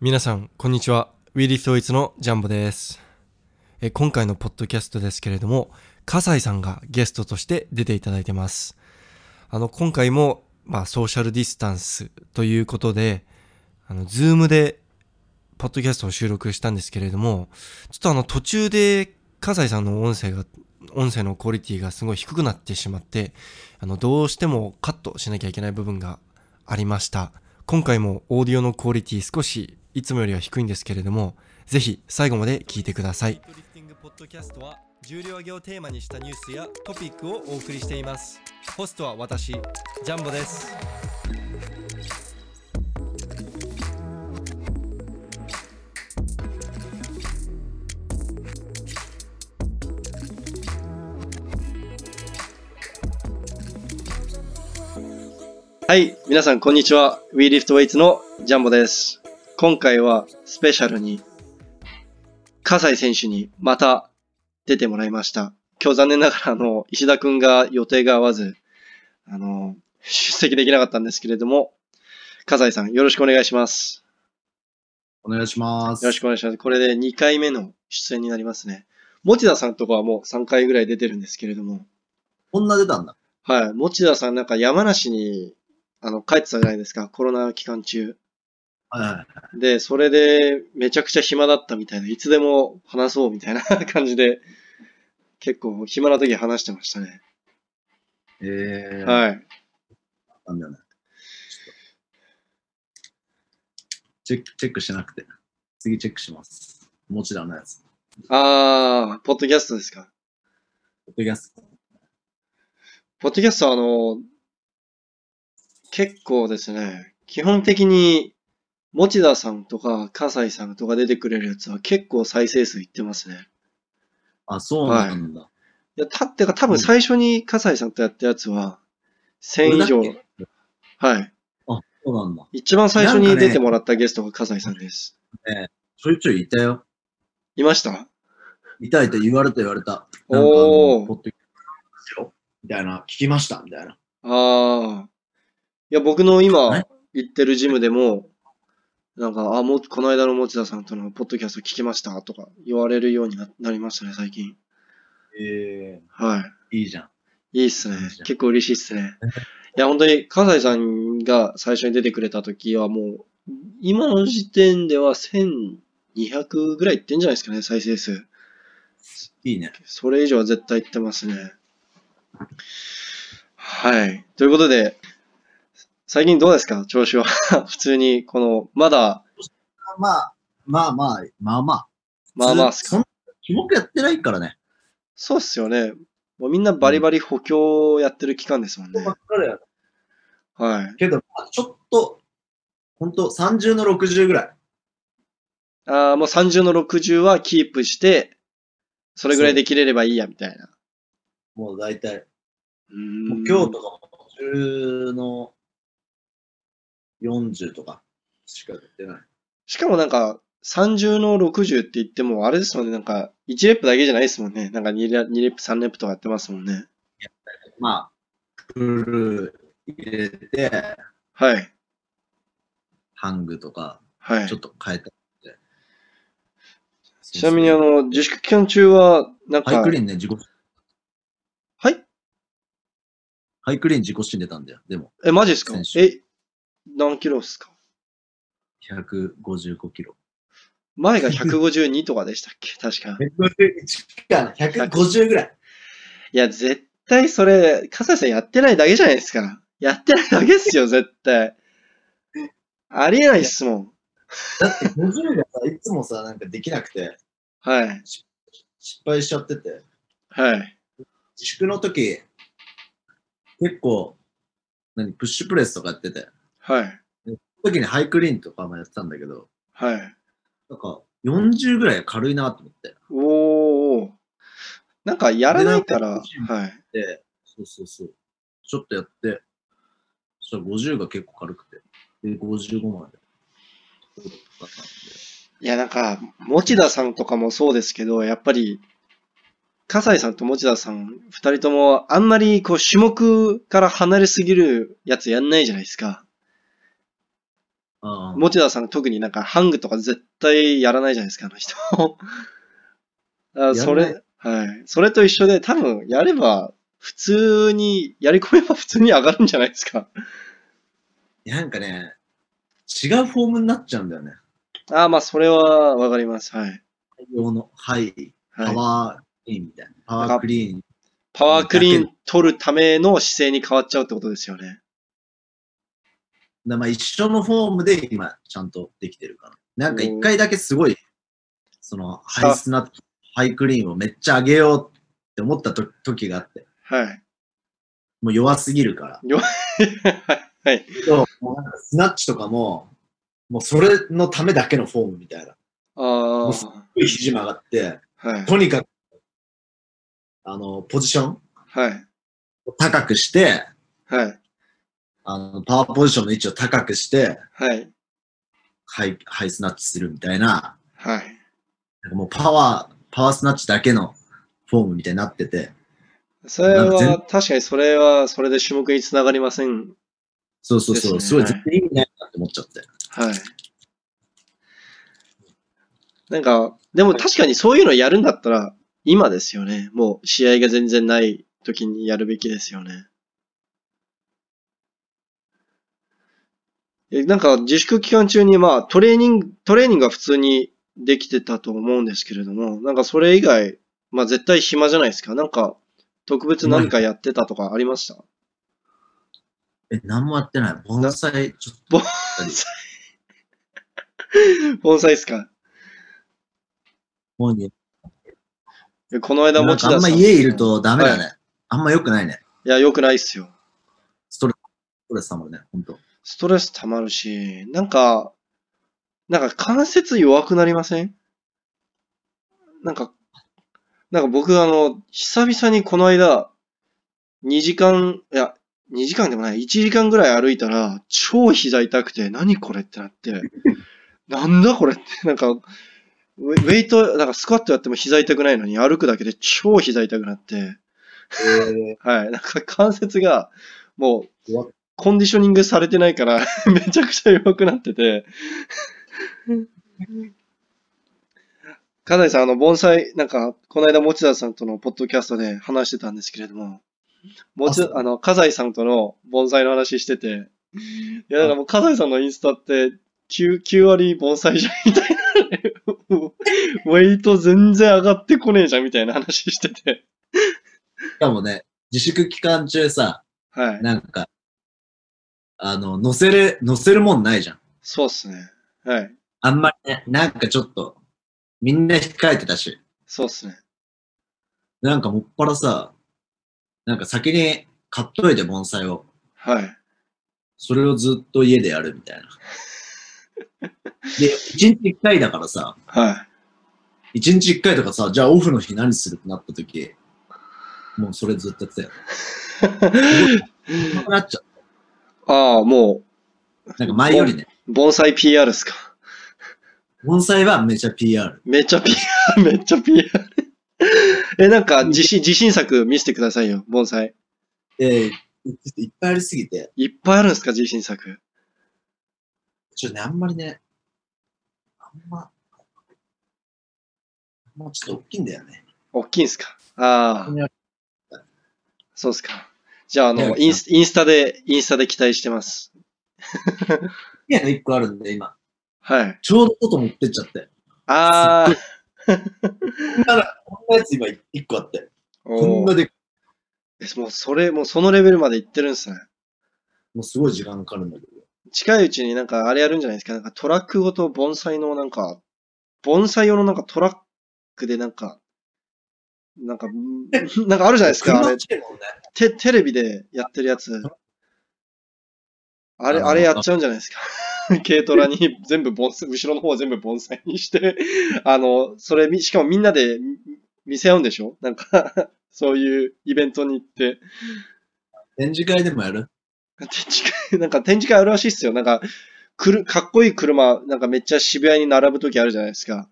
皆さん、こんにちは。ウィリー・トイツのジャンボです。えー今回のポッドキャストですけれども、笠井さんがゲストとして出ていただいてます。あの、今回も、まあ、ソーシャルディスタンスということで、あの、ズームで、ポッドキャストを収録したんですけれども、ちょっとあの、途中で、笠井さんの音声が、音声のクオリティがすごい低くなってしまって、あの、どうしてもカットしなきゃいけない部分がありました。今回もオーディオのクオリティ少しいつもよりは低いんですけれども、ぜひ最後まで聞いてください。リフティングポッドキャストは重量挙げをテーマにしたニュースやトピックをお送りしています。ホストは私、ジャンボです。はい、皆さんこんにちは。We Lift Weights のジャンボです。今回はスペシャルに、葛西選手にまた出てもらいました。今日残念ながら、あの、石田くんが予定が合わず、あの、出席できなかったんですけれども、葛西さんよろしくお願いします。お願いします。よろしくお願いします。これで2回目の出演になりますね。持田さんとかはもう3回ぐらい出てるんですけれども、こんな出たんだ。はい、持田さんなんか山梨に、あの、帰ってたじゃないですか、コロナ期間中。はいはい。で、それで、めちゃくちゃ暇だったみたいな、いつでも話そうみたいな 感じで、結構暇な時話してましたね。えー、い。はい。なんだよね。ちょっとチェック、チェックしてなくて。次チェックします。もちろんのやつ。あー、ポッドキャストですか。ポッドキャストポッドキャストはあの、結構ですね、基本的に、持田さんとか、笠井さんとか出てくれるやつは結構再生数いってますね。あ、そうなんだ。いや、た、ってか多分最初に笠井さんとやったやつは、1000以上俺だっ。けはい。そうなんだ。一番最初なにんかね出てもらったゲストが笠井さんです。ちょいちょいいたよ。いましたいたいた言われた言われた。なんかあのおーポッドキャストよみたいな、聞きましたみたいな。ああ。いや、僕の今ね行ってるジムでも、なんか、あ、もう、この間の持田さんとのポッドキャスト聞きましたとか言われるようにななりましたね、最近。えはー、いいじゃん。い。いいっすねいいじゃ。ん結構嬉しいっすね。いや、本当に、関西さんが最初に出てくれた時はもう、今の時点では1200ぐらいいってんじゃないですかね、再生数。いいね。それ以上は絶対いってますね。はい。ということで、最近どうですか調子は。 普通に、この、まだ、まあ、まあまあ、まあまあ。まあまあっすか。そん種目やってないからね。そうっすよね。もうみんなバリバリ補強をやってる期間ですもんね。はい。けど、まあちょっと、ほんと30の60ぐらい。ああ、もう30の60はキープして、それぐらいできれればいいや、みたいな。もう大体。うーんもう今日とかも10の40とかしかやってない。しかもなんか、30の60って言っても、あれですもんね。なんか、1レップだけじゃないですもんね。なんか2レ2レップ、3レップとかやってますもんね。まあ、フル入れて、はい。ハングとか、はいちょ。っと変えたりして。ちなみにあの、自粛期間中は、なんハイかク、リーンね、自己、はいハイクリーン自己死んでたんだよ。でも、え、マジですか選手え、何キロですか155キロ。前が152とかでしたっけ 確か。 151かな、150ぐらい。いや、絶対それ、笠井さんやってないだけじゃないですか。やってないだけっすよ、絶対。ありえないっすもん。だって50がさ、いつもさ、なんかできなくて、はい。失敗しちゃってて。はい。自粛の時、結構、何、プッシュプレスとかやってて、はい。その時にハイクリーンとかもやってたんだけど、はい。なんか40ぐらい軽いなと思って。おー。なんか、やらないかでならん、かはい。で、そうそうそう。ちょっとやって、そしたら50が結構軽くて、で、55まで。いや、なんか、持田さんとかもそうですけど、やっぱり、笠井さんと持田さん、二人とも、あんまり、こう、種目から離れすぎるやつやんないじゃないですか。あ持田さん特になんかハングとか絶対やらないじゃないですか、あの人。あそ やらなれ、はい。それと一緒で多分やれば普通に、やり込めば普通に上がるんじゃないですか。いやなんかね、違うフォームになっちゃうんだよね。ああ、まあそれはわかります。はい。対応の、はい、パはい、ワークリーンみたいな。パワークリーン。パワークリーン取るための姿勢に変わっちゃうってことですよね。だまあ一緒のフォームで今、ちゃんとできてるから。なんか一回だけすごい、その、ハイスナップ、ハイクリーンをめっちゃ上げようって思ったと時があって、はい。もう弱すぎるから。はい。けど、もうなんかスナッチとかも、もうそれのためだけのフォームみたいな。あう肘曲がって、あ、はい。とにかく、あの、ポジションはい。を高くして、はい。あの、パワーポジションの位置を高くして、はい。ハイ、ハイスナッチするみたいな、はい。なんかもうパワー、パワースナッチだけのフォームみたいになってて、それなんかは、全確かにそれは、それで種目につながりません。そうそうそう、ですすねごいはい全然意味ないなって思っちゃって。はい。なんか、でも確かにそういうのやるんだったら、今ですよね。もう試合が全然ない時にやるべきですよね。えなんか自粛期間中にまあトレーニング、トレーニングは普通にできてたと思うんですけれども、なんかそれ以外、まあ絶対暇じゃないですか。なんか特別何かやってたとかありましたえ、何もやってない。盆栽、ちょっと、盆栽ですかもうねいやこの間な持んちかあ出んしまた。家いるとダメだね。はあんま良くないね。いや、良くないっすよ。ストレス、ストレスたまるね、ほんと。ストレス溜まるし、なんか、なんか関節弱くなりませんなんか、なんか僕あの、久々にこの間、2時間、いや、2時間でもない、1時間ぐらい歩いたら、超膝痛くて、何これってなって、 なんだこれって、なんか、ウェウェイト、なんかスクワットやっても膝痛くないのに、歩くだけで超膝痛くなって、はい、なんか関節が、もう、コンディショニングされてないから、 めちゃくちゃ弱くなってて。かなりさん、あの、盆栽、なんか、この間、持田さんとのポッドキャストで話してたんですけれども、もちあそうあの、かざさんとの盆栽の話してて、いや、だからもう、かざさんのインスタって、9, 9割盆栽じゃんみたいな、 もうウェイト全然上がってこねえじゃんみたいな話してて、しかもね、自粛期間中さ、はい。なんか、あの、乗せる、乗せるもんないじゃん。そうっすね。はい。あんまりね、なんかちょっと、みんな控えてたし、そうっすね。なんかもっぱらさ、なんか先に買っといて盆栽を、はい。それをずっと家でやるみたいな。 で、一日一回だからさ、はい。一日一回とかさ、じゃあオフの日何するってなった時、もうそれずっとやってたよ。なくなっちゃああ、もう。 なんか前よりね、う、盆栽 PR っすか。盆栽はめちゃ PR。めっちゃ PR、めっ ちゃ PR。え、なんか、自信、自信作見せてくださいよ、盆栽。えー、いっぱいありすぎて、いっぱいあるんですか、自信作。ちょっとね、あんまりね、あんま、あんまちょっと大きいんだよね。おっきいんすか。ああ、そうっすか。じゃあ、あいの、やインスインスタで、インスタで期待してます。いや、一個あるんで、今。はい。ちょうど外持ってっちゃって。ああ、こんな、こんなやつ今一個あって。こんおなーで、えもう、それ、もうそのレベルまでいってるんすね。もうすごい時間かかるんだけど。近いうちになんかあれやるんじゃないですか。なんかトラックごと盆栽のなんか、盆栽用のなんかトラックでなんか、なんか、 んなんかあるじゃないですか。あれ車近いもんねテテレビでやってるやつ。あれ、あのあれやっちゃうんじゃないですか。 軽トラに全部盆栽、後ろの方は全部盆栽にして、 あの、それみ、しかもみんなでみ見せ合うんでしょなんか、 そういうイベントに行って。展示会でもやる 展示会、なんか展示会あるらしいっすよ。なんか、くる、かっこいい車、なんかめっちゃ渋谷に並ぶときあるじゃないですか。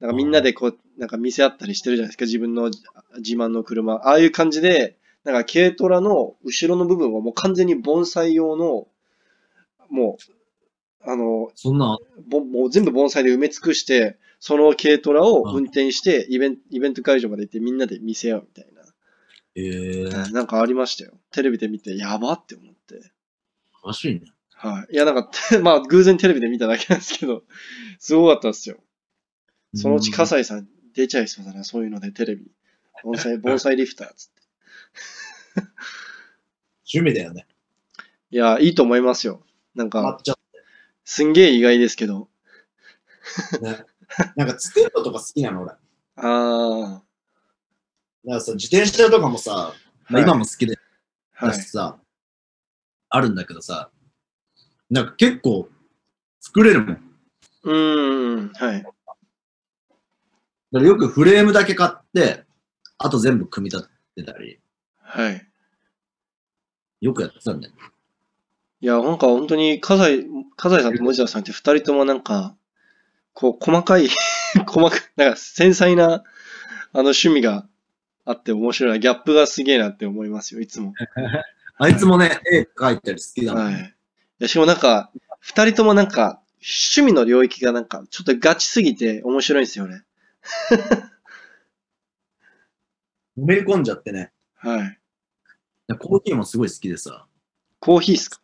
なんかみんなでこう、なんか見せ合ったりしてるじゃないですか。自分の自慢の車。ああいう感じで、なんか軽トラの後ろの部分はもう完全に盆栽用の、もう、あの、そんな、ぼもう全部盆栽で埋め尽くして、その軽トラを運転して、イベンイベント会場まで行ってみんなで見せ合うみたいええな。なんかありましたよ。テレビで見て、やばって思って。詳しいね。はい。いや、なんか、 てまあ、偶然テレビで見ただけなんですけど、すごかったですよ。そのうち、うん葛西さん出ちゃいそうだな、そういうので、テレビ。盆栽、盆栽リフターっつって。趣味だよね。いや、いいと思いますよ。なんハマかっ、ちゃっすんげえ意外ですけど。たね。なんか作るのとか好きなの俺。だかあらさ、自転車とかもさ、まあ今も好きであ、はだいし。さ、あるんだけどさ、なんか結構作れるもん。だかうーん、はい。らよくフレームだけ買って、あと全部組み立てたり、はい。よくやってたんだよ。いや、なんか本当に、葛西、葛西さんと持田さんって二人ともなんか、こう、細かい、 細かい、なんか繊細な、あの趣味があって面白いな。ギャップがすげえなって思いますよ、いつも。あいつもね、絵描いたり好きだもん、はねい。いや、しかもなんか、二人ともなんか、趣味の領域がなんか、ちょっとガチすぎて面白いんですよね。のめり込んじゃってね。はい。コーヒーもすごい好きでさ、コーヒーっすか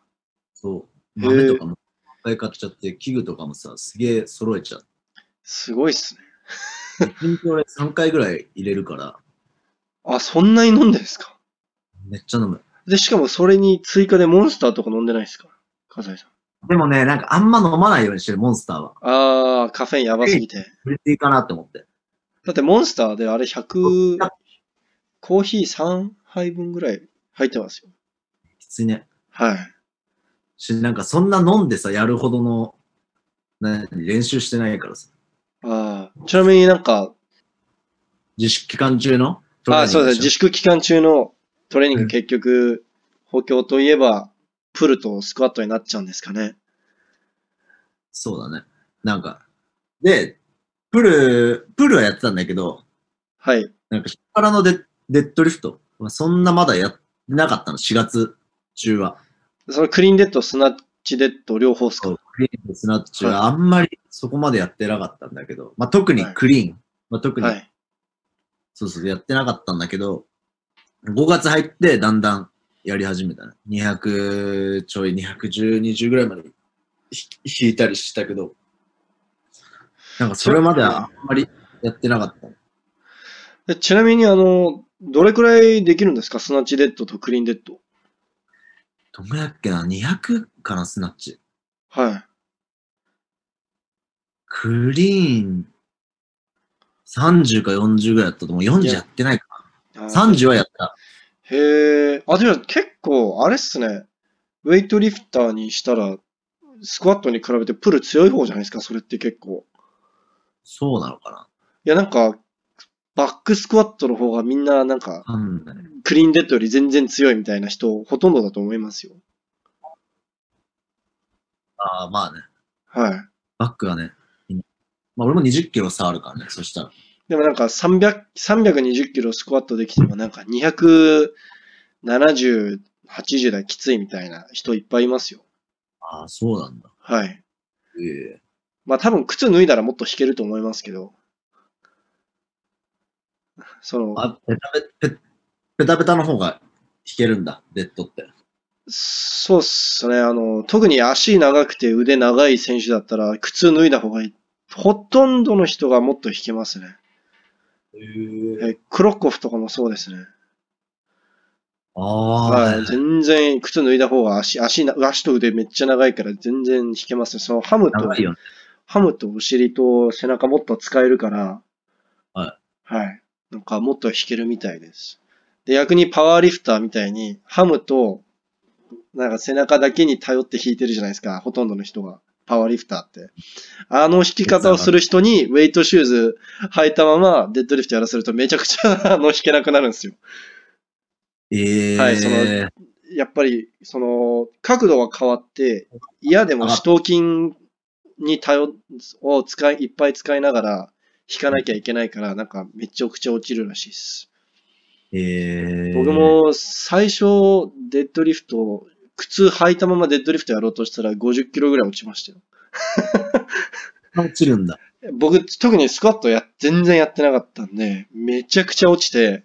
そう。へー豆とかもいっぱい買っちゃって、器具とかもさ、すげえ揃えちゃって。すごいっすね。一日俺3回ぐらい入れるから、あ、そんなに飲んでるんですかめっちゃ飲む。で、しかもそれに追加でモンスターとか飲んでないですか笠井さん。でもね、なんかあんま飲まないようにしてる、モンスターは。あー、カフェインやばすぎて。売れていいかなって思って。だってモンスターであれ100、コーヒー3杯分ぐらい入ってますよ。きついね。はい。し、なんかそんな飲んでさ、やるほどの、な練習してないからさ。あーちなみになんか、自粛期間中のあーそうです。自粛。粛期間中のトレーニンうグん結局、補強といえば、プルとスクワットになっちゃうんですかね。そうだね。なんか。で、プル、プルはやってたんだけど、はい。なんか、ひっからのデッデッドリフト。まあそんなまだやってなかったの、4月中は。そのクリーンデッド、スナッチデッド両方っすかクリーンとスナッチはあんまりそこまでやってなかったんだけど、まあ、特にクリーン、まあ、特に、はい。そうそう、やってなかったんだけど、5月入ってだんだんやり始めたね。200ちょい、210、20ぐらいまでひ引いたりしたけど、なんかそれまではあんまりやってなかった。でちなみに、あの、どれくらいできるんですかスナッチデッドとクリーンデッド。どんぐらいだっけな ?200 かな、スナッチ。はい。クリーン、30か40ぐらいだったと思う。40やってないか。あー30はやった。へえ。あ、じゃあ結構、あれっすね。ウェイトリフターにしたら、スクワットに比べてプル強い方じゃないですかそれって結構。そうなのかいや、なんか、バックスクワットの方がみんな、なんか、な。うんだね。クリーンデッドより全然強いみたいな人、ほとんどだと思いますよ。ああ、まあね。はい。バックはね。今まあ俺も20キロ差あるからね。そしたら。でもなんか300、320キロスクワットできてもなんか270、80代きついみたいな人いっぱいいますよ。ああ、そうなんだ。はい。ええまあ多分靴脱いだらもっと引けると思いますけど。その、あ、ペタペペペタペタの方が弾けるんだ。デッドって。そうっすね。あの、特に足長くて腕長い選手だったら、靴脱いだ方がいい。ほとんどの人がもっと引けますね。えええクロコフとかもそうですね。ああ、はい。全然、靴脱いだ方が足、足な、足と腕めっちゃ長いから全然引けますね。そのハムと、長いよね。ハムとお尻と背中もっと使えるから、。はいはい。なんかもっと引けるみたいです。で、逆にパワーリフターみたいに、ハムと、なんか背中だけに頼って引いてるじゃないですか、ほとんどの人が。パワーリフターって。あの引き方をする人に、ウェイトシューズ履いたまま、デッドリフトやらせるとめちゃくちゃ、あの、引けなくなるんですよ。ええはいそのやっぱり、その、角度が変わって、嫌でも四頭筋に頼、を使い、いっぱい使いながら、引かなきゃいけないから、なんか、めちゃくちゃ落ちるらしいです。ええ僕。も、最初、デッドリフト、靴履いたままデッドリフトやろうとしたら、50キロぐらい落ちましたよ。落ちるんだ。僕、特にスクワットや、全然やってなかったんで、めちゃくちゃ落ちて、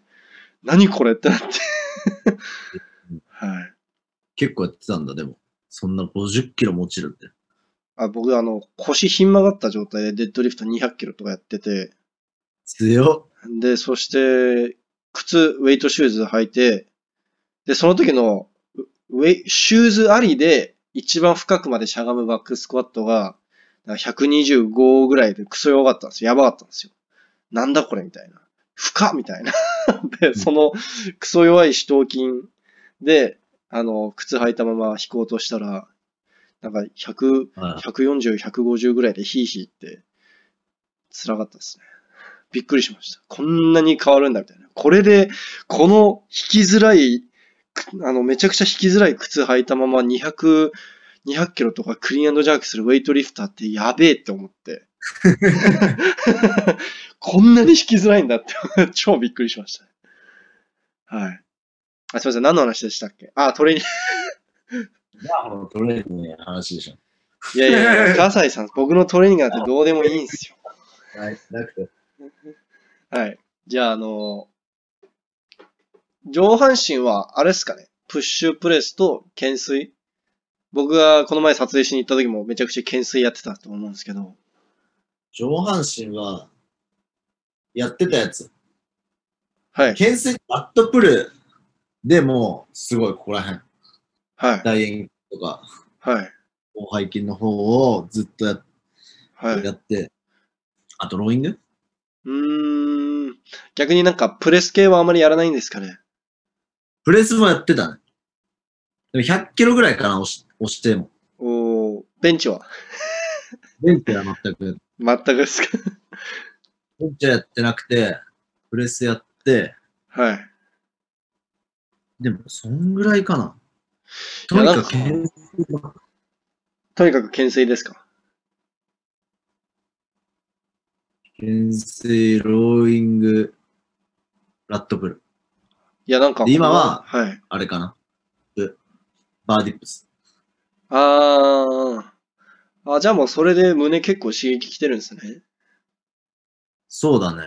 何これってなって。 はい。結構やってたんだ、でも。そんな50キロも落ちるって。あ僕、あの、腰ひん曲がった状態でデッドリフト200キロとかやってて、強っ。で、そして、靴、ウェイトシューズ履いて、で、その時の、ウェイ、シューズありで、一番深くまでしゃがむバックスクワットが、なんか125ぐらいでクソ弱かったんですよ。やばかったんですよ。なんだこれみたいな。深っみたいな。 で、そのクソ弱い主頭筋で、あの、靴履いたまま引こうとしたら、なんか100、ああ140、150ぐらいでヒーヒーって、辛かったですね。びっくりしました。こんなに変わるんだみたいな。これで、この引きづらい、くあの、めちゃくちゃ引きづらい靴履いたまま200、200キロとかクリーンジャークするウェイトリフターってやべえって思って。こんなに引きづらいんだって、 超びっくりしました。はい。あ、すみません。何の話でしたっけあ、トレーニングあのトレーニングの話でしょ。いやいやいや、笠井さん、僕のトレーニングなんてどうでもいいんですよ。はい、なくて。はい。じゃあ、あの、上半身は、あれですかね。プッシュプレスと懸垂。僕がこの前撮影しに行った時もめちゃくちゃ懸垂やってたと思うんですけど。上半身は、やってたやつ。はい。懸垂、バットプルでも、すごい、ここら辺。はい。大円とか、はい。広背筋の方をずっとやっはい。やうって、あとローイングーん。逆になんかプレス系はあまりやらないんですかね。プレスもやってたね。でも100キロぐらいかな、押し押しても。おーベンチはベンチは全く、全くですかベンチはやってなくて、プレスやって、はい。でも、そんぐらいかな。といやになんかかく、懸垂ばっかとにかく懸垂ですか懸垂、ローイング、ラットプル。いや、なんか。で今ははい。あれかな。でバーディップス。あー。あ、じゃあもうそれで胸結構刺激きてるんですね。そうだね。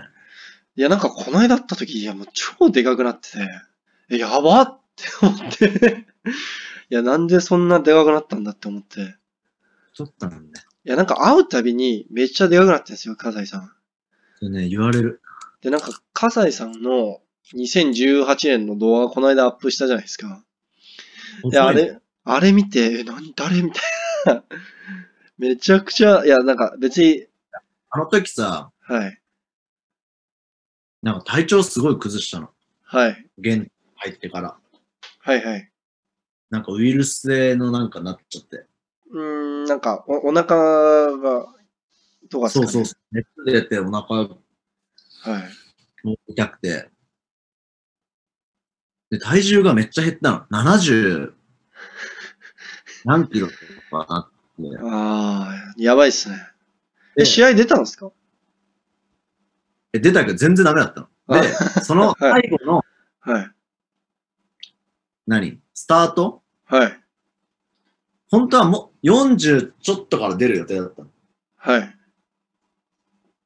いや、なんかこの間会った時、いや、もう超でかくなってて、え、やばって思って。 いや、なんでそんなでかくなったんだって思って。い太ったもんね。や、なんか会うたびにめっちゃでかくなってんですよ、笠井さん。それね、言われる。で、なんか笠井さんの2018年の動画この間アップしたじゃないですか。いや、あれ、あれ見て、え、何、誰みたいな。 めちゃくちゃ、いや、なんか別に、あの時さ、はい、なんか体調すごい崩したの。はい、現入ってから。はい、はい。なんかウイルス性のなんかなっちゃって。うーん、なんかお、お腹が、とかですそかうね。そうそう。熱出てお腹もはい。痛くて。で、体重がめっちゃ減ったの。70、何キロとかなっああ、やばいっすね。て。え、試合出たんですかえ出たけど全然ダメだったの。で、その は最後の、はい。何スタートはい。本当はもう40ちょっとから出る予定だったの。はい。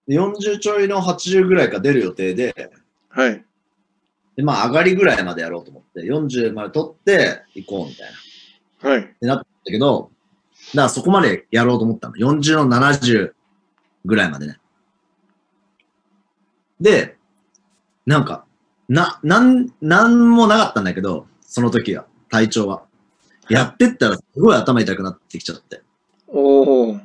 で40ちょいの80ぐらいから出る予定で、はい。で、まあ上がりぐらいまでやろうと思って、40まで取って行こうみたいな。はい。ってなったんだけど、だからそこまでやろうと思ったの。40の70ぐらいまでね。で、なんか、な、なん、なんもなかったんだけど、その時は、体調は。やってったらすごい頭痛くなってきちゃって。おお。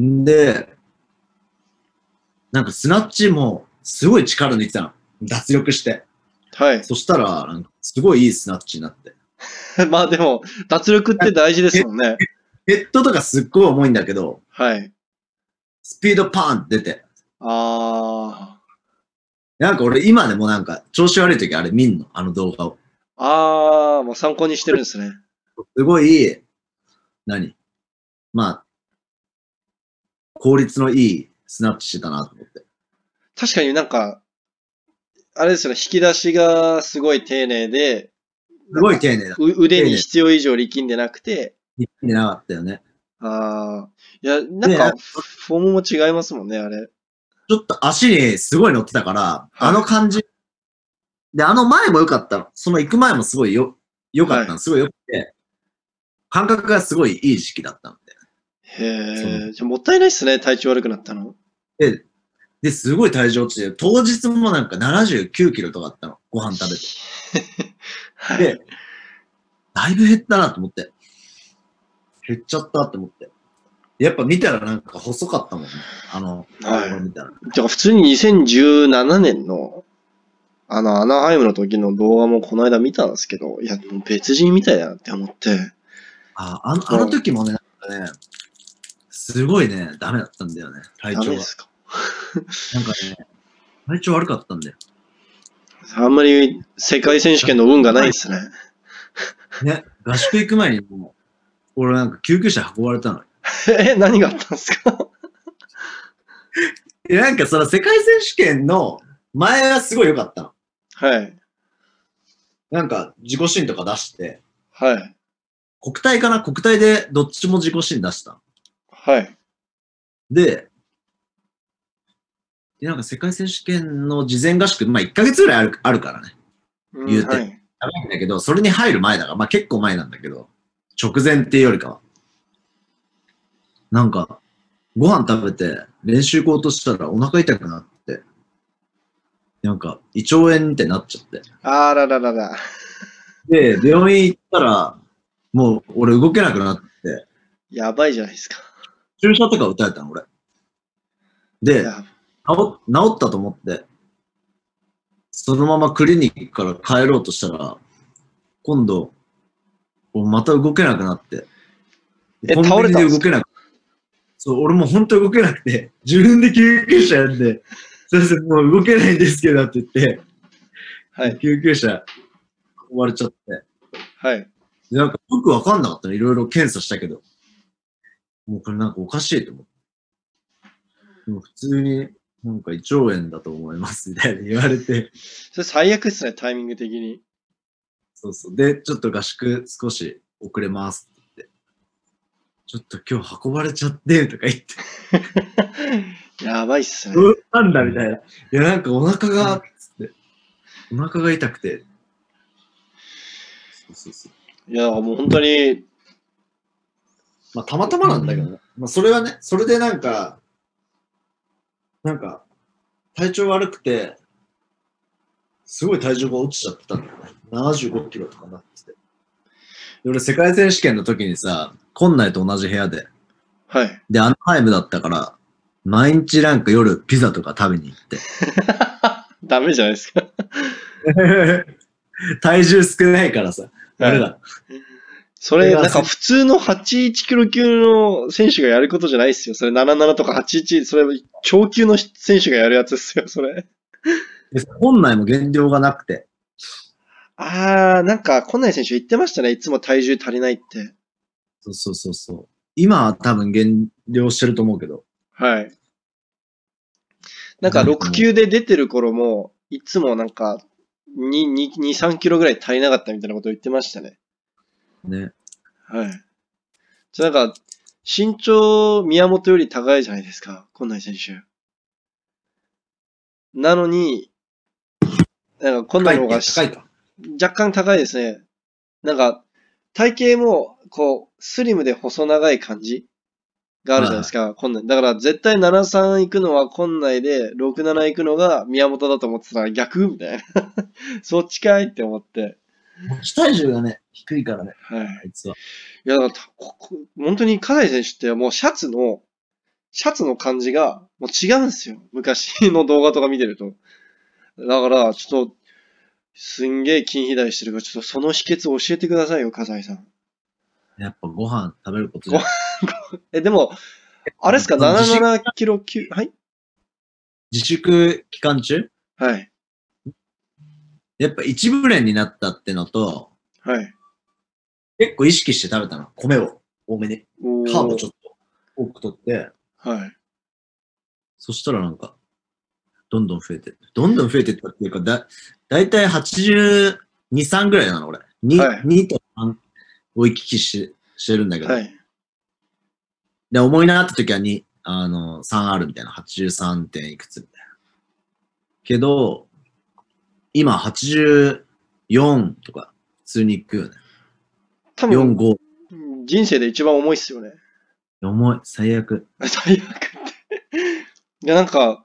んで、なんかスナッチもすごい力抜いてたの。脱力して。はい。そしたら、なんかすごいいいスナッチになって。 まあでも、脱力って大事ですもん ね。ヘッドとかすっごい重いんだけど、はい。スピードパーンって出て、あなんか俺今でもなんか調子悪い時あれ見んの、あの動画を。あ。ああ、もう参考にしてるんですね。すごい、何まあ、効率のいいスナッチしてたなと思って。確かになんか、あれですよね、引き出しがすごい丁寧で、すごい丁寧だ。う腕に必要以上力んでなくて、日本でなかったよね。ああ。いや、なんねあか、フォームも違いますもんね、あれ。ちょっと足にすごい乗ってたから、あの感じ。で、あの前も良かったの。その行く前もすごいよ、良かったの。すごい良くて、感覚がすごいいい時期だったのへえ。じゃあもったいないっすね、体調悪くなったの。で。で、で、すごい体重落ちて、当日もなんか79キロとかあったの。ご飯食べて。はでい。、だいぶ減ったなと思って。減っちゃったと思って。やっぱ見たらなんか細かったもんね。あの、はいこれ見たら。てか、普通に2017年の、あの、アナハイムの時の動画もこの間見たんですけど、いや、もう別人みたいだなって思って。ああのあの時もね、なんかね、すごいね、ダメだったんだよね、体ダ調メがで。すかなんかね、体調悪かったんだよ。あんまり世界選手権の運がないですね。ね、合宿行く前にもう、俺なんか救急車運ばれたの。 え、何があったんですか えなんかその世界選手権の前はすごい良かったの。はい。なんか自己新とか出して、はい。国体かな国体でどっちも自己新出したの。はい。で、でなんか世界選手権の事前合宿、まあ1ヶ月ぐらいあるあるからね。うん言うてはい。長いんだけど、それに入る前だから、まあ結構前なんだけど、直前っていうよりかは。なんか、ご飯食べて練習行こうとしたらお腹痛くなって、なんか胃腸炎ってなっちゃって。あらららら。で、病院行ったら、もう俺動けなくなって、やばいじゃないですか。注射とか打たれたの俺。で、や治治ったと思って、そのままクリニックから帰ろうとしたら、今度、こうまた動けなくなって。えコンビニ倒れたんでです動かけなくそう、俺もう本当動けなくて、自分で救急車呼んで、すいません、もう動けないんですけどって言って、はい。救急車追われちゃって。はい。でなんかよくわかんなかったの、いろいろ検査したけど。もうこれなんかおかしいと思って。でも普通に、なんか胃腸炎だと思いますみたいに言われて。それ最悪ですね、タイミング的に。 そうそう。で、ちょっと合宿少し遅れますって言って。ちょっと今日運ばれちゃって、とか言って。やばいっすね。どうしたんだみたいな。いや、なんかお腹が、つって。お腹が痛くて。そうそうそう。いや、もう本当に、まあ、たまたまなんだけどね。まあ、それはね、それでなんか、なんか、体調悪くて、すごい体重が落ちちゃってたんだよね。75キロとかなってて。で俺、世界選手権の時にさ、今内と同じ部屋で、はい。で、アナハイムだったから、毎日なんか夜ピザとか食べに行って。ダメじゃないですか。体重少ないからさ、あれだ。それ、なんか普通の81キロ級の選手がやることじゃないっすよ。それ77とか81、それ超級の選手がやるやつっすよ、それ。で本来も減量がなくて、あー、なんか、こんない選手言ってましたね。いつも体重足りないって。そうそうそうそう。今は多分減量してると思うけど、はい。なんか、うん6級で出てる頃も、いつもなんか、2、2 2 3キロぐらい足りなかったみたいなことを言ってましたね。ね。はい。じゃあなんか、身長、宮本より高いじゃないですか、今内選手。なのに、なんか、今内の方がし高いか。若干高いですね。なんか、体型も、こう、スリムで細長い感じがあるじゃないですか、今内。だから、絶対73行くのは今内で、67行くのが宮本だと思ってたら逆みたいな。 そっちかいって思って。持ち体重がね、低いからね、はい。あいつは。いや、だからここ本当に、金井選手ってもうシャツの、シャツの感じがもう違うんですよ。昔の動画とか見てると。だから、ちょっと、すんげえ筋肥大してるから、ちょっとその秘訣教えてくださいよ、笠井さん。やっぱご飯食べることじゃんごえ、でも、あれですか、うん自信77キロ級、はい自粛期間中はい。やっぱ一部連になったってのと、はい。結構意識して食べたの。米を多めに。おカーブをちょっっと多く取って、と。はい。そしたらなんか、どんどん増えて、どんどん増えてったっていうか、だ、だいたい82、3ぐらいなの、俺。2、はい2と3を行き来してしてるんだけど、はい。で、重いなって時はに、あの、3R みたいな、83点いくつみたいな。けど、今84とか、普通に行くよね。多4、分、 5。人生で一番重いっすよね。重い、最悪。 最悪って。いや、なんか、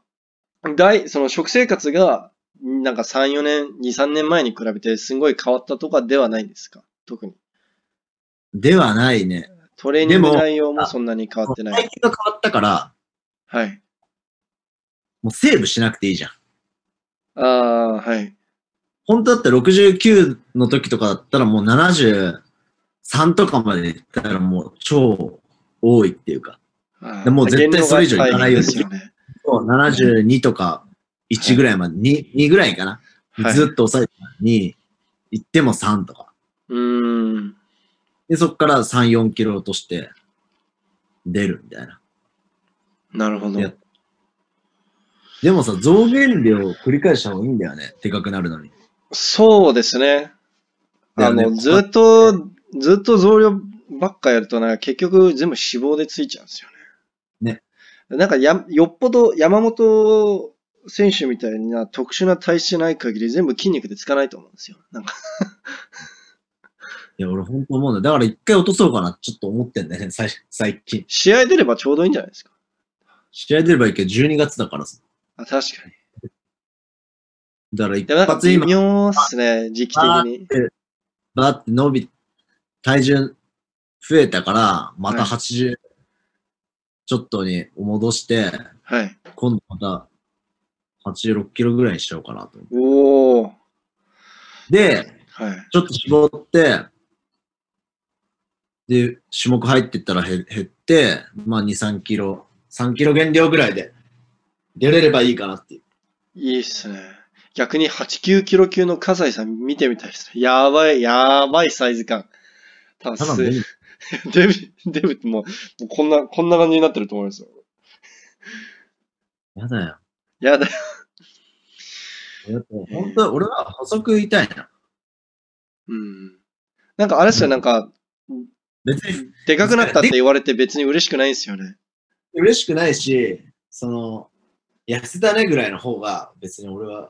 大、その食生活が、なんか3、4年、2、3年前に比べてすごい変わったとかではないんですか特に。ではないね。トレーニングでも内容もそんなに変わってな体い。型が変わったから、はい。もうセーブしなくていいじゃん。ああ、はい。本当だったら69の時とかだったらもう73とかまでいったらもう超多いっていうか、あーでもう絶対それ以上いかないよ言語が大変うにですよね。そう72とか1ぐらいまで、2, 2ぐらいかな。はいずっと抑えてたのに、行っても3とか。うーん。で、そこから3、4キロ落として、出るみたいな。なるほど。いやでもさ、増減量を繰り返した方がいいんだよね。でかくなるのに。そうですね。だあよねの、ずっと、ずっと増量ばっかやると、なんか結局全部脂肪でついちゃうんですよね。ね。なんかや、よっぽど山本選手みたいな特殊な体質じゃない限り全部筋肉でつかないと思うんですよ。なんか、いや、俺本当思うんだよ。だから一回落とそうかな、ちょっと思ってんだよね、最最近。試合出ればちょうどいいんじゃないですか。試合出ればいいけど、12月だからさ。あ、確かに。だから一でもなんか発微今、妙っすね、時期的に。バーって伸び、体重増えたから、まはた80、ちょっとに戻して、はい。今度また86キロぐらいにしようかなと思って。おお。で、はい。ちょっと絞って、で、種目入ってったら減減って、まあ2、3キロ、3キロ減量ぐらいで出れればいいかなっていう。いいっすね。逆に8、9キロ級の葛西さん見てみたいですね。やばい、やばいサイズ感。多分ただす無理 デブ、デブってもう、もうこんな、こんな感じになってると思いますよ。やだよ。やだ。やだよ本当は俺は細くいたいな。うん。なんかあれっすよ、うんなんか、別にでかくなったって言われて別に嬉しくないんですよね。嬉しくないし、その、痩せたねぐらいの方が別に俺は。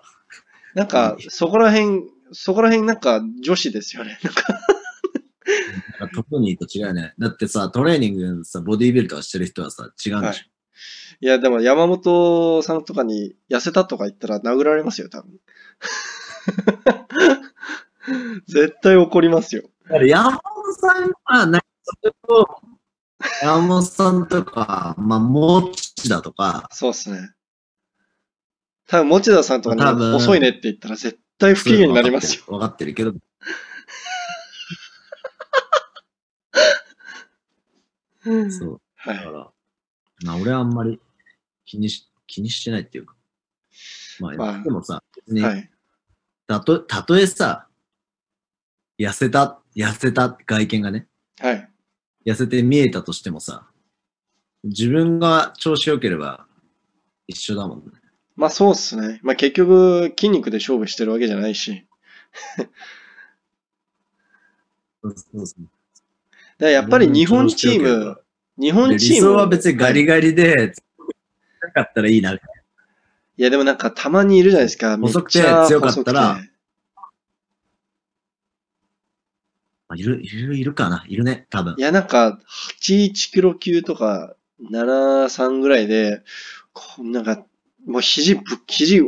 なんか、そこら辺、そこら辺なんか女子ですよね。 なんか、特にと違うね。だってさ、トレーニングでさ、ボディービルとかしてる人はさ、違うんでしょ。はいいや、でも山本さんとかに痩せたとか言ったら殴られますよ、多分。 絶対怒りますよ。だから山本さんは、なんかそれを、山本さんとか、まあ、もっちだとか、そうっすね。多分、持田さんとか多に分遅いねって言ったら絶対不機嫌になりますよ。分かってるけど。そう。はだかい。ら、まあ、俺はあんまり気にし、気にしてないっていうか。まあ、まあでもさ、別に、はい。たと、たとえさ、痩せた、痩せた外見がね、はい。痩せて見えたとしてもさ、自分が調子良ければ一緒だもんね。まあそうっすね。まあ結局筋肉で勝負してるわけじゃないし。そうそうそうだからやっぱり日本チーム、、日本でチ理ーム。想は別にガリはいガリで、なかったらいいな。いやでもなんかたまにいるじゃないですか。細くてめっちゃ強かったら細くている、いる、いるかな。いるね、多分い。やなんか81キロ級とか73ぐらいで、こうなんかもう肘ぶっ、肘、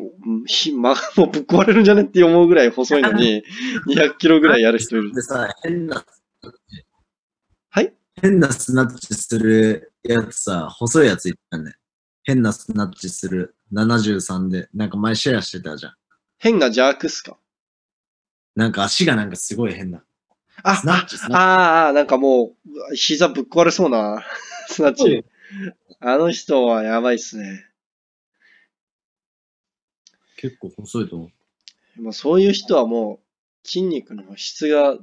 ひま、 もうぶっ壊れるんじゃねって思うぐらい細いの に、200キロぐらいやる人いる。でさ、変な、はい変なスナッチするやつさ、細いやついったね。変なスナッチする73で、なんか前シェアしてたじゃん。変な邪悪っすかなんか足がなんかすごい変な。あスナッチ、スナッああ、なんかもううわ、膝ぶっ壊れそうな、 すなわそうよち。あの人はやばいっすね。チ。結構細いと思う。もうそういう人はもう、筋肉の質が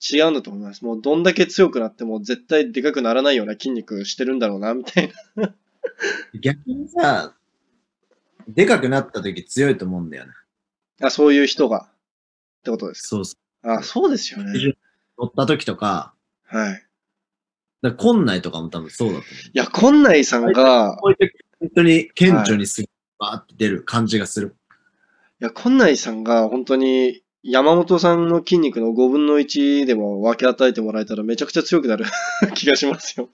違うんだと思います。もうどんだけ強くなっても絶対でかくならないような筋肉してるんだろうな、みたいな。逆にさ、でかくなった時強いと思うんだよね。あ、そういう人が。ってことですそうそか。あ、そうですよねう。。乗った時とか、はい。だから、ん内とかも多分そうだと思う。いや、こんないさんが、こういう時本当に顕著にすぐ、バーって出る感じがする。いや、こんないさんが本当に山本さんの筋肉の5分の1でも分け与えてもらえたらめちゃくちゃ強くなる 気がしますよ。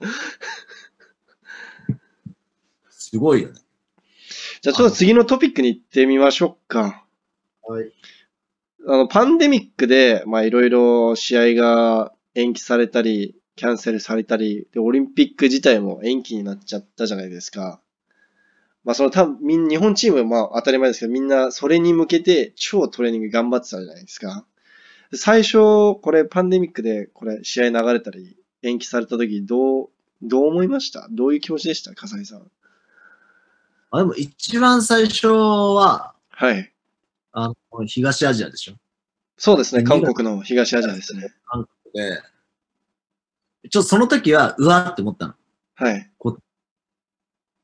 すごいよね。じゃあちょっと次のトピックに行ってみましょうか。はい。あの、パンデミックで、まあいろいろ試合が延期されたり、キャンセルされたり、で、オリンピック自体も延期になっちゃったじゃないですか。まあその多分、みん日本チームはまあ当たり前ですけど、みんなそれに向けて超トレーニング頑張ってたじゃないですか。最初、これパンデミックでこれ試合流れたり、延期された時、どう、どう思いましたどういう気持ちでした笠井さん。あでも一番最初は、はい。あの、東アジアでしょ。そうですね。韓国の東アジアですね。で、ちょっとその時は、うわーって思ったの。はい。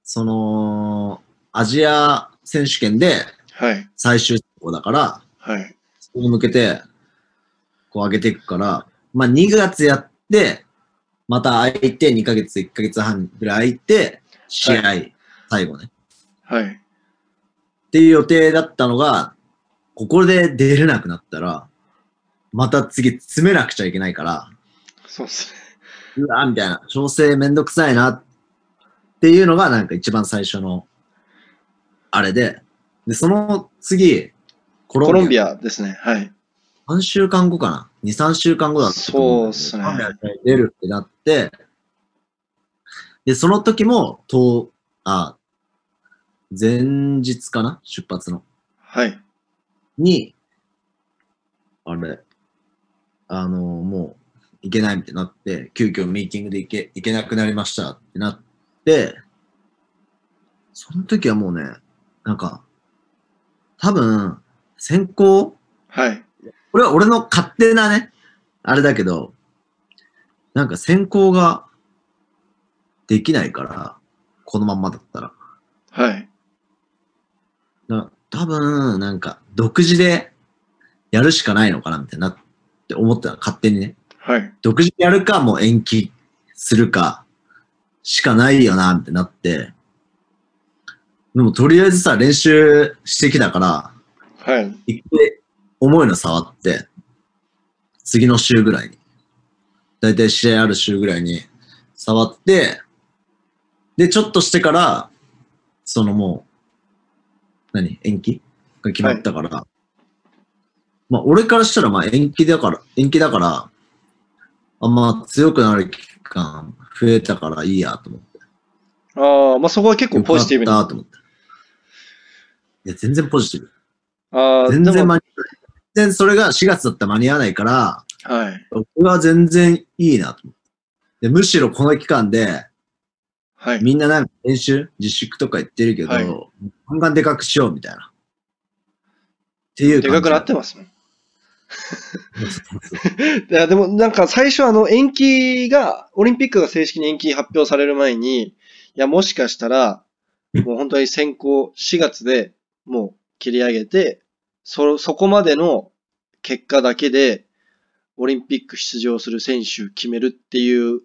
その、アジア選手権ではい。最終選考だから、はい。そこに向けて、こう上げていくから、まあ2月やって、また空いて2ヶ月、1ヶ月半ぐらい空いて、試合、最後ね。はい。っていう予定だったのが、ここで出れなくなったら、また次詰めなくちゃいけないから、そうですね。うわ、みたいな、調整めんどくさいなっていうのがなんか一番最初の、あれで、で、その次、ココロロンンビビア。アですね。はい。 3週間後かな ?2、3週間後だったとそ思んだうっすけねどコロンビアに出るってなって、で、その時も、と、あ、前日かな出発の。はい。に、あれ、あの、もう、行けないってなって、急遽ミーティングで行け、行けなくなりましたってなって、その時はもうね、なんか、多分、先行、はい。これは俺の勝手なね、あれだけど、なんか選考ができないから、このまんまだったら。はい。だ多分、なんか、独自でやるしかないのかな、みたいなって思ってた、勝手にね。はい。独自でやるか、もう延期するか、しかないよな、ってなって。でも、とりあえずさ、練習してきたから、はい。行って、重いの触って、次の週ぐらいに、だいたい試合ある週ぐらいに触って、で、ちょっとしてから、そのもう、何延期が決まったから、まあ、俺からしたら、まあ、延期だから、延期だから、あんま強くなる期間増えたからいいやと思って。ああ、まあ、そこは結構ポジティブよかな。ったと思って。いや、全然ポジティブ。ああ、全で然も間に合わない。全然それが4月だったら間に合わないから、はい。僕は全然いいなと思ってで。むしろこの期間で、はい。みんななんか練習、自粛とか言ってるけど、はいガンガンでかくしようみたいな。っていうでかくなっ感てますもん。じそうそうそういや、でもなんか最初あの延期が、オリンピックが正式に延期発表される前に、いや、もしかしたら、もう本当に先行4月でもう切り上げて、そ、そこまでの結果だけで、オリンピック出場する選手決めるっていう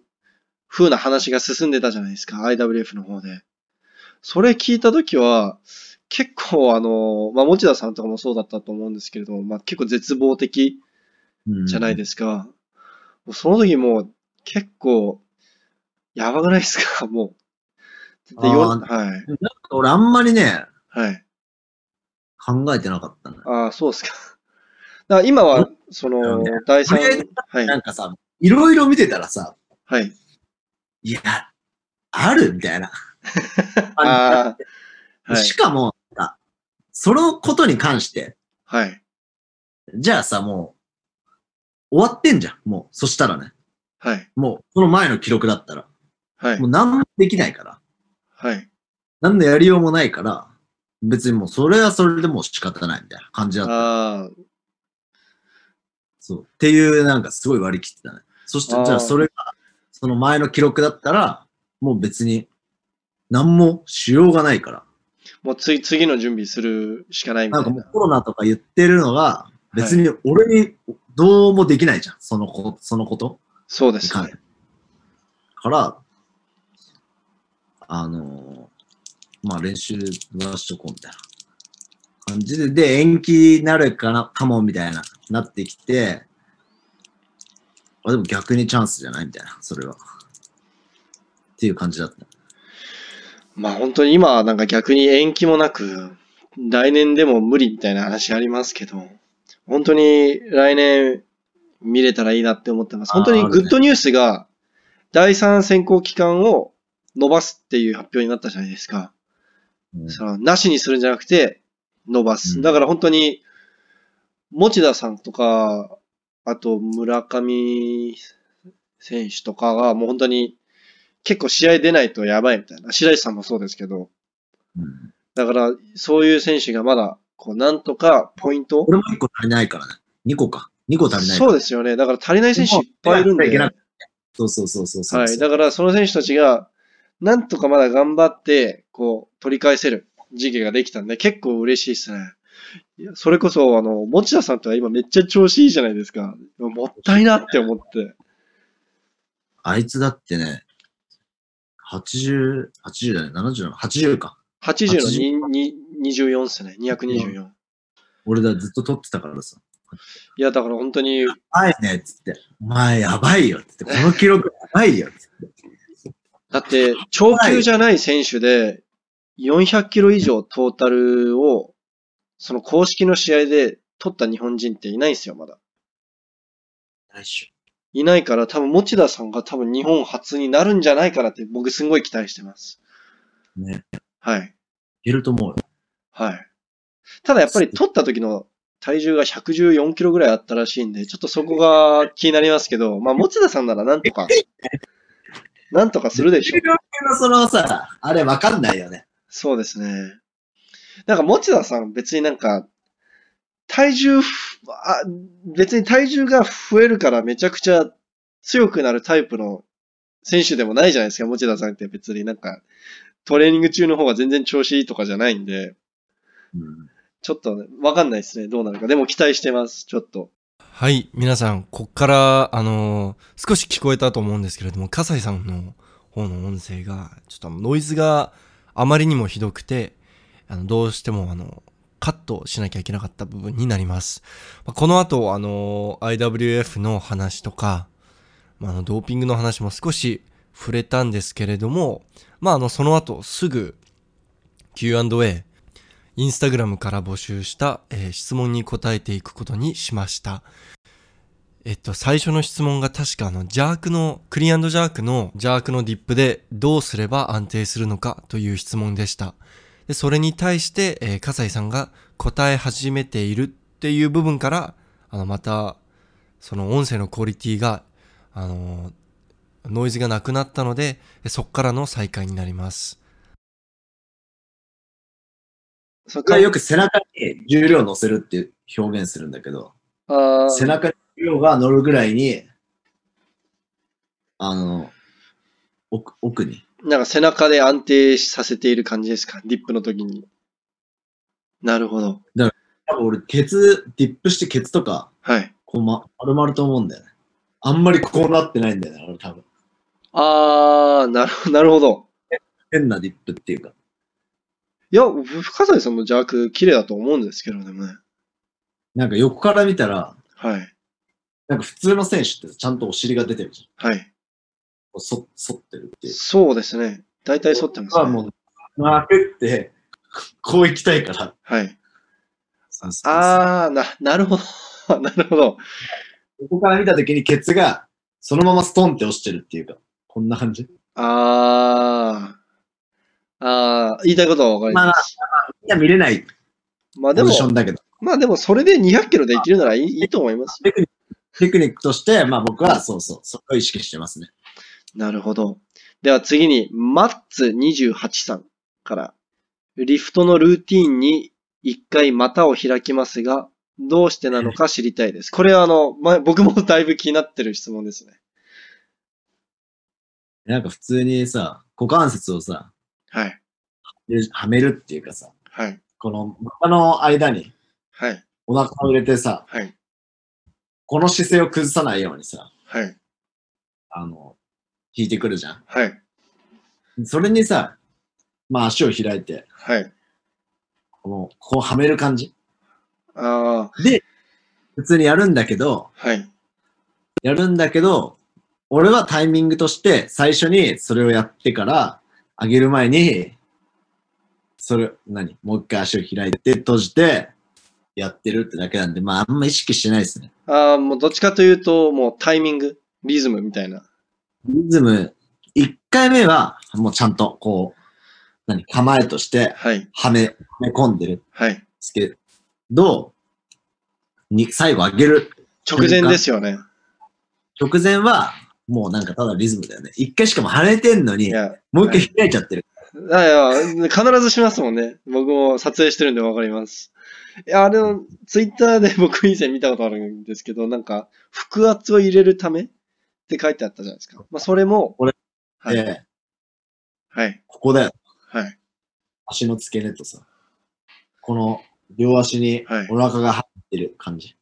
風な話が進んでたじゃないですか、IWF の方で。それ聞いたときは、結構あの、まあ、持田さんとかもそうだったと思うんですけれども、まあ、結構絶望的うんじゃないですか。もうその時もう結構、やばくないですか もう。で、よあはい。なんか俺あんまりね、はい。考えてなかったんだよ。ああ、そうですか。だから今は、その、第三とりあえずはいな。んかさ、いろいろ見てたらさ、はい。いや、あるみたいな。ああ、はいし。かも、なんかそのことに関して、はい。じゃあさ、もう、終わってんじゃん。もう、そしたらね。はい。もう、その前の記録だったら。はいもう、。何もできないから。はい。何のやりようもないから、別にもう、それはそれでもう仕方ないみたいな感じだった。ああ、そう。っていう、なんか、すごい割り切ってたね。そしてあ、ーじゃあ、それが、その前の記録だったら、もう別に、何もしようがないから。もう次、次の準備するしかないみたないんな。かもうコロナとか言ってるのが、別に俺にどうもできないじゃん。そのこ、そのことそうでにす関ね。から、あのーまあ練習はしとこうみたいな感じで、で、延期になるかな、かもみたいな、なってきて、あ、でも逆にチャンスじゃないみたいな、それは。っていう感じだった。まあ本当に今はなんか逆に延期もなく、来年でも無理みたいな話ありますけど、本当に来年見れたらいいなって思ってます。あー本当にグッドニュースが第3選考期間を伸ばすっていう発表になったじゃないですか。うんそのなしにするんじゃなくて伸ばうす。んだから本当に持田さんとか、あと村上選手とかがもう本当に結構試合出ないとやばいみたいな。白石さんもそうですけど、うんだから、そういう選手がまだ、こう、なんとかポイントこ。れも1個足りないからね。2個か。2個足りないからそうですよね。だから足りない選手いっぱいいるんもうで。手がはつそうそうそうそうそう。い。だから、その選手たちが、なんとかまだ頑張って、こう、取り返せる時期ができたんで、結構嬉しいですね。いやそれこそ、あの、持田さんとは今めっちゃ調子いいじゃないですか。もったいなって思って。あいつだってね、80、80だね、70の、80か。 80のにに24ですね。224。俺だ、ずっと撮ってたからさ。いや、だから本当に、前ね、っつって。お前やばいよ、っつって。この記録やばいよ、っつって。だって、長球じゃない選手で、400キロ以上トータルを、その公式の試合で取った日本人っていないんですよ、まだ。来週。いないから、多分、持田さんが多分日本初になるんじゃないかなって、僕すごい期待してます。ね。はい。いけると思うよ。はい。ただやっぱり取った時の体重が114キロぐらいあったらしいんで、ちょっとそこが気になりますけど、まあ、持田さんならなんとか、なんとかするでしょう。のそのさ、あれわかんないよね。そうですね。なんか、持田さん、別になんか、体重ふ、あ、別に体重が増えるからめちゃくちゃ強くなるタイプの選手でもないじゃないですか、持田さんって別になんか、トレーニング中の方が全然調子いいとかじゃないんで、うん。ちょっとねわかんないですね、どうなるか。でも期待してます、ちょっと。はい、皆さん、こっから、あのー少し聞こえたと思うんですけれども、笠井さんの方の音声が、ちょっとあのノイズがあまりにもひどくて、あの、どうしても、あの、カットしなきゃいけなかった部分になります。まあこの後、あのー IWF の話とか、まあ、あの、ドーピングの話も少し触れたんですけれども、まあ、あの、その後、すぐ、Q&A、インスタグラムから募集した、えー質問に答えていくことにしました。えっと、最初の質問が確かあの、ジャークの、クリアンドジャークの、ジャークのディップでどうすれば安定するのかという質問でした。で、それに対して、えー、笠井さんが答え始めているっていう部分から、あの、また、その音声のクオリティが、あのーノイズがなくなったので、そっからの再開になります。そっ僕かはよく背中に重量乗せるって表現するんだけど、あー背中に重量が乗るぐらいに、あの、奥奥に。なんか背中で安定させている感じですか、ディップの時に。なるほど。多分俺、ケツ、ディップしてケツとか、はい。こう、ま、丸まると思うんだよね。あんまりこうなってないんだよね、俺多分。あー、なる なるほど。変なディップっていうか。いや、深谷さんの邪悪、綺麗だと思うんですけどでもね。なんか横から見たら、はい。なんか普通の選手ってちゃんとお尻が出てるじゃん。はい。こうそ、反ってるっていう。そうですね。大体反ってます、はね。もう、まくって、こう行きたいから。はい。そうそうそうあー、な、なるほど。 なるほど。横から見たときにケツが、そのままストンって落ちてるっていうか、こんな感じ。いあー。あー、言いたいことはわかります。や、見れないまあポでもジ、ションだけど、まあでも、それで200キロでいけるならいいいいと思います。テクニックとして、まあ僕は、そうそう、それを意識してますね。なるほど。では次に、マッツ28さんから、リフトのルーティーンに一回股を開きますが、どうしてなのか知りたいです。これはあの、ま、僕もだいぶ気になってる質問ですね。なんか普通にさ、股関節をさ、はい。はめるっていうかさ、はい。この、股の間にはい。お腹を入れてさ、はい。この姿勢を崩さないようにさ、はい。あの、引いてくるじゃはい。ん。それにさ、まあ足を開いて、はい。この、こうはめる感じ。ああ、普通にやるんだけど、はい。やるんだけど、俺はタイミングとして最初にそれをやってから、上げる前に、それ、何もう一回足を開いて閉じて、やってるってだけなんで、まああんま意識してないですね。ああ、もうどっちかというと、もうタイミング、リズムみたいな。リズム、1回目はもうちゃんとこう、何構えとしてはい。はめ、はめ込んでるんではい。すけど、に、最後上げる直前ですよね。直前は、もうなんかただリズムだよね。一回しかも跳ねてんのいに、や、もう一回開いちゃってる。あいや、必ずしますもんね。僕も撮影してるんでわかります。いや、あれの、ツイッターで僕以前見たことあるんですけど、なんか、腹圧を入れるためって書いてあったじゃないですか。まあ、それも、これはい、で、はい、ここだよ。はい、足の付け根とさ、この両足にはいお腹が入ってる感じ。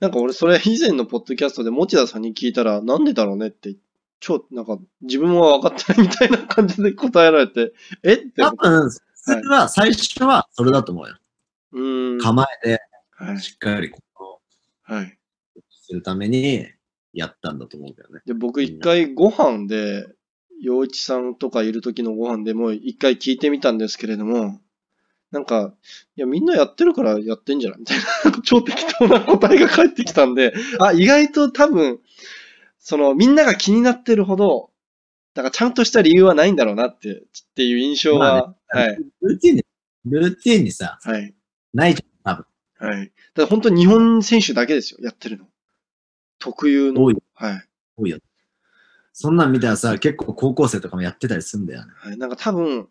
なんか俺、それ以前のポッドキャストで持田さんに聞いたら、なんでだろうねって、超、なんか、自分は分かってないみたいな感じで答えられて、えって、多分、それは最初はそれだと思うよ。うーん、は構えて、い、しっかりここはい。するためにやったんだと思うけどね。で、僕みんな一回ご飯で、洋一さんとかいる時のご飯でもう一回聞いてみたんですけれども、なんか、いや、みんなやってるからやってんじゃないみたいな、なんか超適当な答えが返ってきたんで、あ、意外と多分、その、みんなが気になってるほど、だからちゃんとした理由はないんだろうなって、っていう印象は、まあはい、ルーティンに、ルーティンにさ、はい、ないじはい。だから本当に日本選手だけですよ、やってるの。特有ゃん。の。多いよ、はい。多いよ。そんなん見たらさ、結構高校生とかもやってたりするんだよね。はい、なんか多分、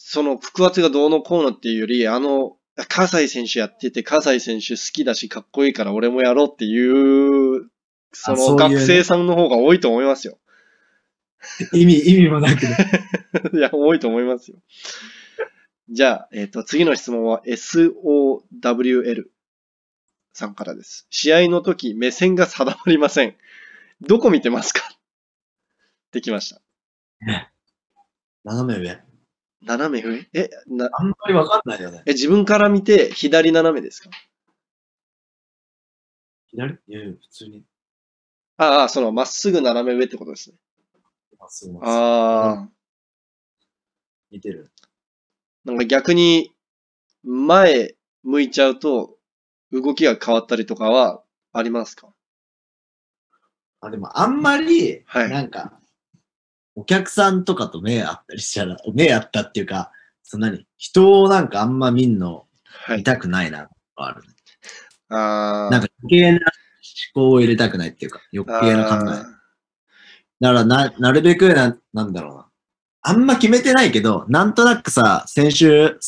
その腹圧がどうのこうのっていうより、あの、葛西選手やってて、葛西選手好きだし、かっこいいから俺もやろうっていう、そのそういうね学生さんの方が多いと思いますよ。 意味、意味もなくね。いや、多いと思いますよ。じゃあ、えっ、と、次の質問は SOWL さんからです。試合の時、目線が定まりません。どこ見てますかってきました。斜め上。斜め上え、な、あんまりわかんないよね。え、自分から見て左斜めですか左いやいや、普通に。ああ、その、まっすぐ斜め上ってことですね。あ、そうなんですよああ。似てる。なんか逆に、前向いちゃうと、動きが変わったりとかはありますかあ、でもあんまり、はいなんか、お客さんとかと目あったりしたら、目あったっていうか、そんなに、人をなんかあんま見んのは見。たくないな、あるね。ああ。なんか余計な思考を入れたくないっていうか、余計な考え。だからな、なるべくな、なんだろうな。あんま決めてないけど、なんとなくさ、先週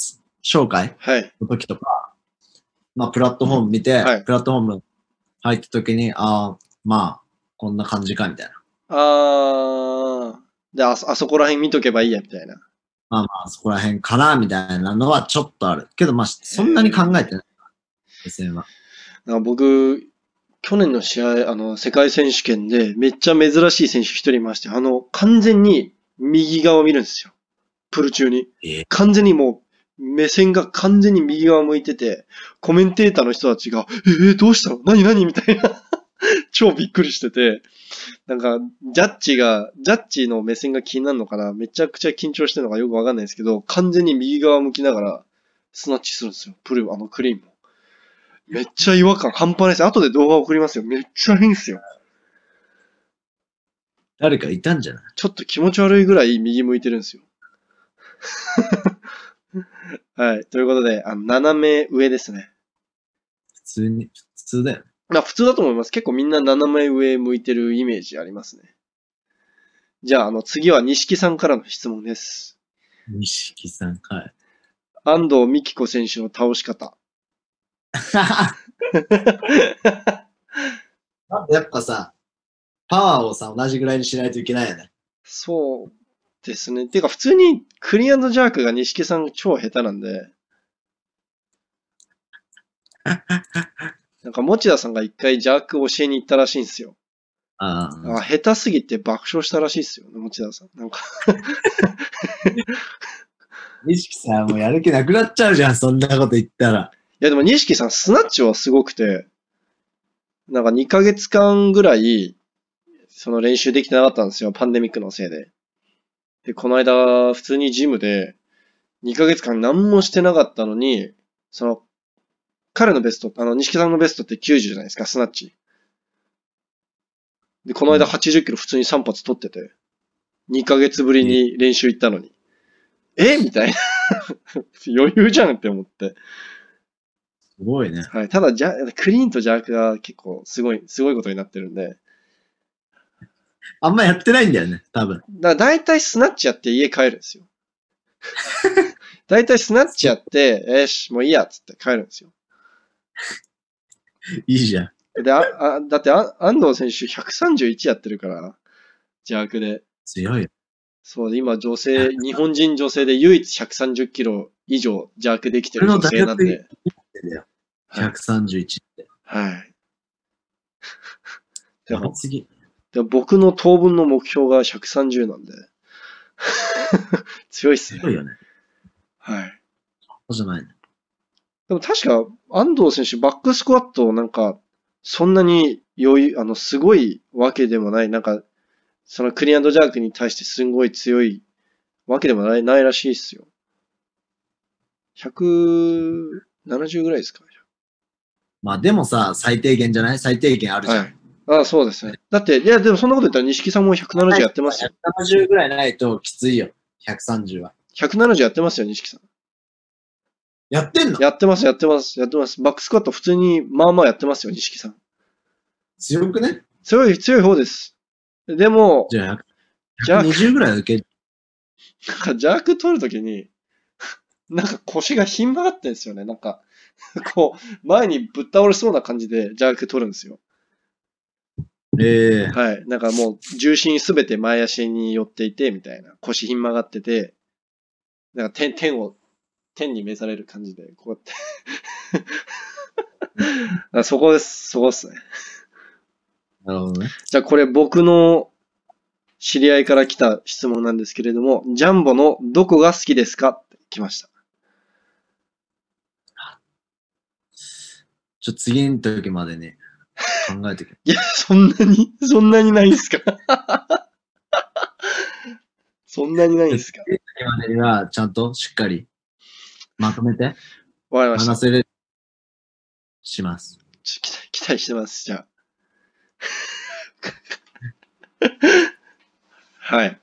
紹介え。はい。の時とか、まあ、プラットフォーム見て、はいプラットフォーム入った時に、ああ、まあ、こんな感じか、みたいな。ああ。で、あそ、あそこら辺見とけばいいや、みたいな。まあまあ、そこら辺かな、みたいなのはちょっとある。けど、まあ、そんなに考えてない。目線は。なんか僕、去年の試合、あの、世界選手権で、めっちゃ珍しい選手一人いまして、あの、完全に右側を見るんですよ。プル中に。え完全にもう、目線が完全に右側向いてて、コメンテーターの人たちが、えー、どうしたの何何みたいな。 超びっくりしてて、なんか、ジャッジが、ジャッジの目線が気になるのかなめちゃくちゃ緊張してるのかよくわかんないですけど、完全に右側向きながら、スナッチするんですよ。プル、あのクリーンも。めっちゃ違和感半端ないです。後で動画送りますよ。めっちゃ変ですよ。誰かいたんじゃないちょっと気持ち悪いぐらい右向いてるんですよ。 はい。ということで、あの斜め上ですね。普通に、普通だよね。まあ普通だと思います。結構みんな斜め上向いてるイメージありますね。じゃあ、あの、次は錦さんからの質問です。錦さんか い。安藤美希子選手の倒し方。なんかやっぱさ、パワーをさ、同じぐらいにしないといけないよね。そうですね。てか、普通にクリアンドジャークが錦さん超下手なんで。なんか、持田さんが一回ジャーク教えに行ったらしいんですよ。あああ、下手すぎて爆笑したらしいっすよ、持田さん。なんか、錦さんもやる気なくなっちゃうじゃん、そんなこと言ったら。いやでも、錦さん、スナッチはすごくて、なんか2ヶ月間ぐらい、その練習できてなかったんですよ、パンデミックのせいで。で、この間、普通にジムで、2ヶ月間何もしてなかったのに、その、彼のベスト、あの、錦さんのベストって90じゃないですか、スナッチ。で、この間80キロ普通に3発取ってて、2ヶ月ぶりに練習行ったのに。えみたいな。 余裕じゃんって思って。すごいね。はい、ただじゃ、クリーンと邪悪が結構すごい、すごいことになってるんで、あんまやってないんだよね、多分。だだいたいスナッチやって家帰るんですよ。だいたいスナッチやって、えーし、もういいやっつって帰るんですよ。いいじゃん。で、ああだってあ安藤選手131やってるから、邪悪で。強いよ。そう、今女性、日本人女性で唯一130キロ以上邪悪できてる俺の女大性なん学で。はい131って。はい。でやもば、すぎ。でも僕の当分の目標が130なんで。 強いっすね。強いよね。はい。そうじゃないね。でも確か、安藤選手、バックスクワットをなんか、そんなに余裕、あの、すごいわけでもない、なんか、そのクリアンドジャークに対してすんごい強いわけでもないないらしいっすよ。170ぐらいですかまあでもさ、最低限じゃない最低限あるじゃん。はいああ、そうですね。だって、いや、でもそんなこと言ったら、錦さんも170やってますよ。 170ぐらいないときついよ。130は。 170やってますよ、錦さん。やってんのやってます、やってます、やってます。バックスクワット普通に、まあまあやってますよ、錦さん。強くね強い、強い方です。でも、じゃじゃあ、あ120ぐらい受ける。なんかジャーク取るときに、なんか腰がひん曲がってんですよね。なんか、こう、前にぶっ倒れそうな感じでジャーク取るんですよ。ええはい。なんかもう、重心すべて前足に寄っていて、みたいな。腰ひん曲がってて、なんか天、天を、天に召される感じで、こうやって。あそこです。そこですね。なるほどね。じゃあこれ僕の知り合いから来た質問なんですけれども、ジャンボのどこが好きですかって来ました。ちょ、次の時までね、考えてくれ。いや、 そんなに、そんなにないんすか そんなにないんすか次までには、ちゃんとしっかり、まとめて、わかりました。話せる、します。ちょ期待期待してます、じゃあ。 はい。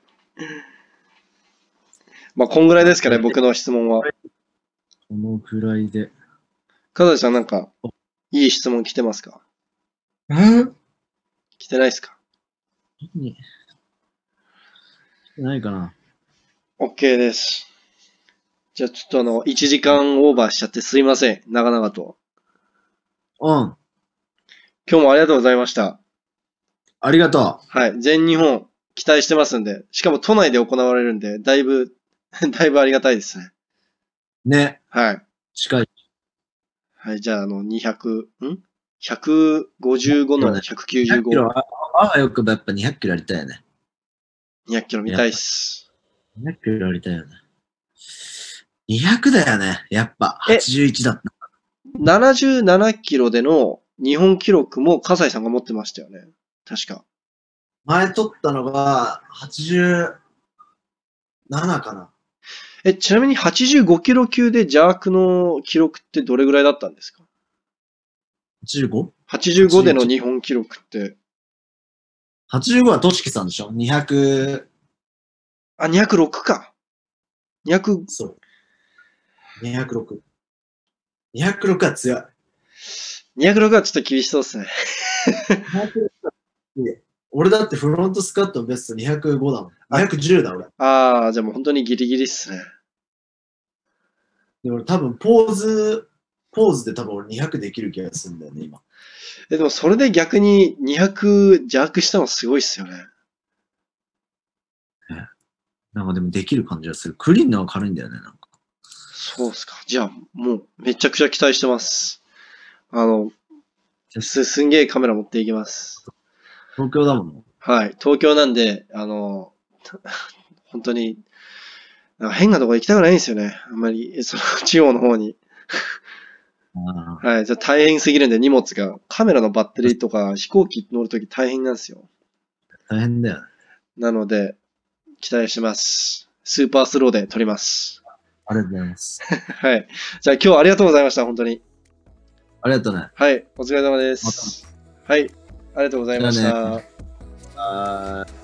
まあ、こんぐらいですかね、僕の質問は。このくらいで。かずさん、なんか、いい質問来てますかえー、来てないですか何ないかな ?OK です。じゃあ、ちょっとあの、1時間オーバーしちゃってすいません。長々と。うん。今日もありがとうございました。ありがとはい、全日本期待してますんで、しかも都内で行われるんで、だいぶ、 だいぶありがたいですね。う。ね。はい。近い。はい、じゃあ、あの、200、ん ?155 の100キ195。ロ、ああわよくばやっぱ200キロやりたいよね。 200キロ見たいっす。 200キロやりたいよね。200だよね。やっぱ。え81だった。 77キロでの日本記録も、笠西さんが持ってましたよね。確か。前取ったのが、87かな。え、ちなみに85キロ級で邪悪の記録ってどれぐらいだったんですか 85?85 85での日本記録って、はとしきさんでしょ ?200、あ、206か。200、そう。206。206は強い。 206はちょっと厳しそうですね。俺だってフロントスカットのベスト205だもん。210だ俺。ああ、じゃあもう本当にギリギリっすね。で俺多分ポーズ、ポーズで多分俺200できる気がするんだよね、今。え、でもそれで逆に200弱したのすごいっすよね。なんかでもできる感じがする。クリーンのは軽いんだよね、なんか。そうっすか。じゃあもうめちゃくちゃ期待してます。あの、す、すんげえカメラ持っていきます。東京だもん。はい、東京なんで、あの、本当に、なんか変なとこ行きたくないんですよね。あんまり、その 地方の方に。あはい、じゃあ大変すぎるんで荷物が、カメラのバッテリーとか飛行機乗るとき大変なんですよ。ー大変だよね。なので、期待してます。スーパースローで撮ります。ありがとうございます。はい。じゃあ今日はありがとうございました、本当に。ありがとうね。はい、お疲れ様です。はい、ありがとうございましじゃたあ。ねはーい。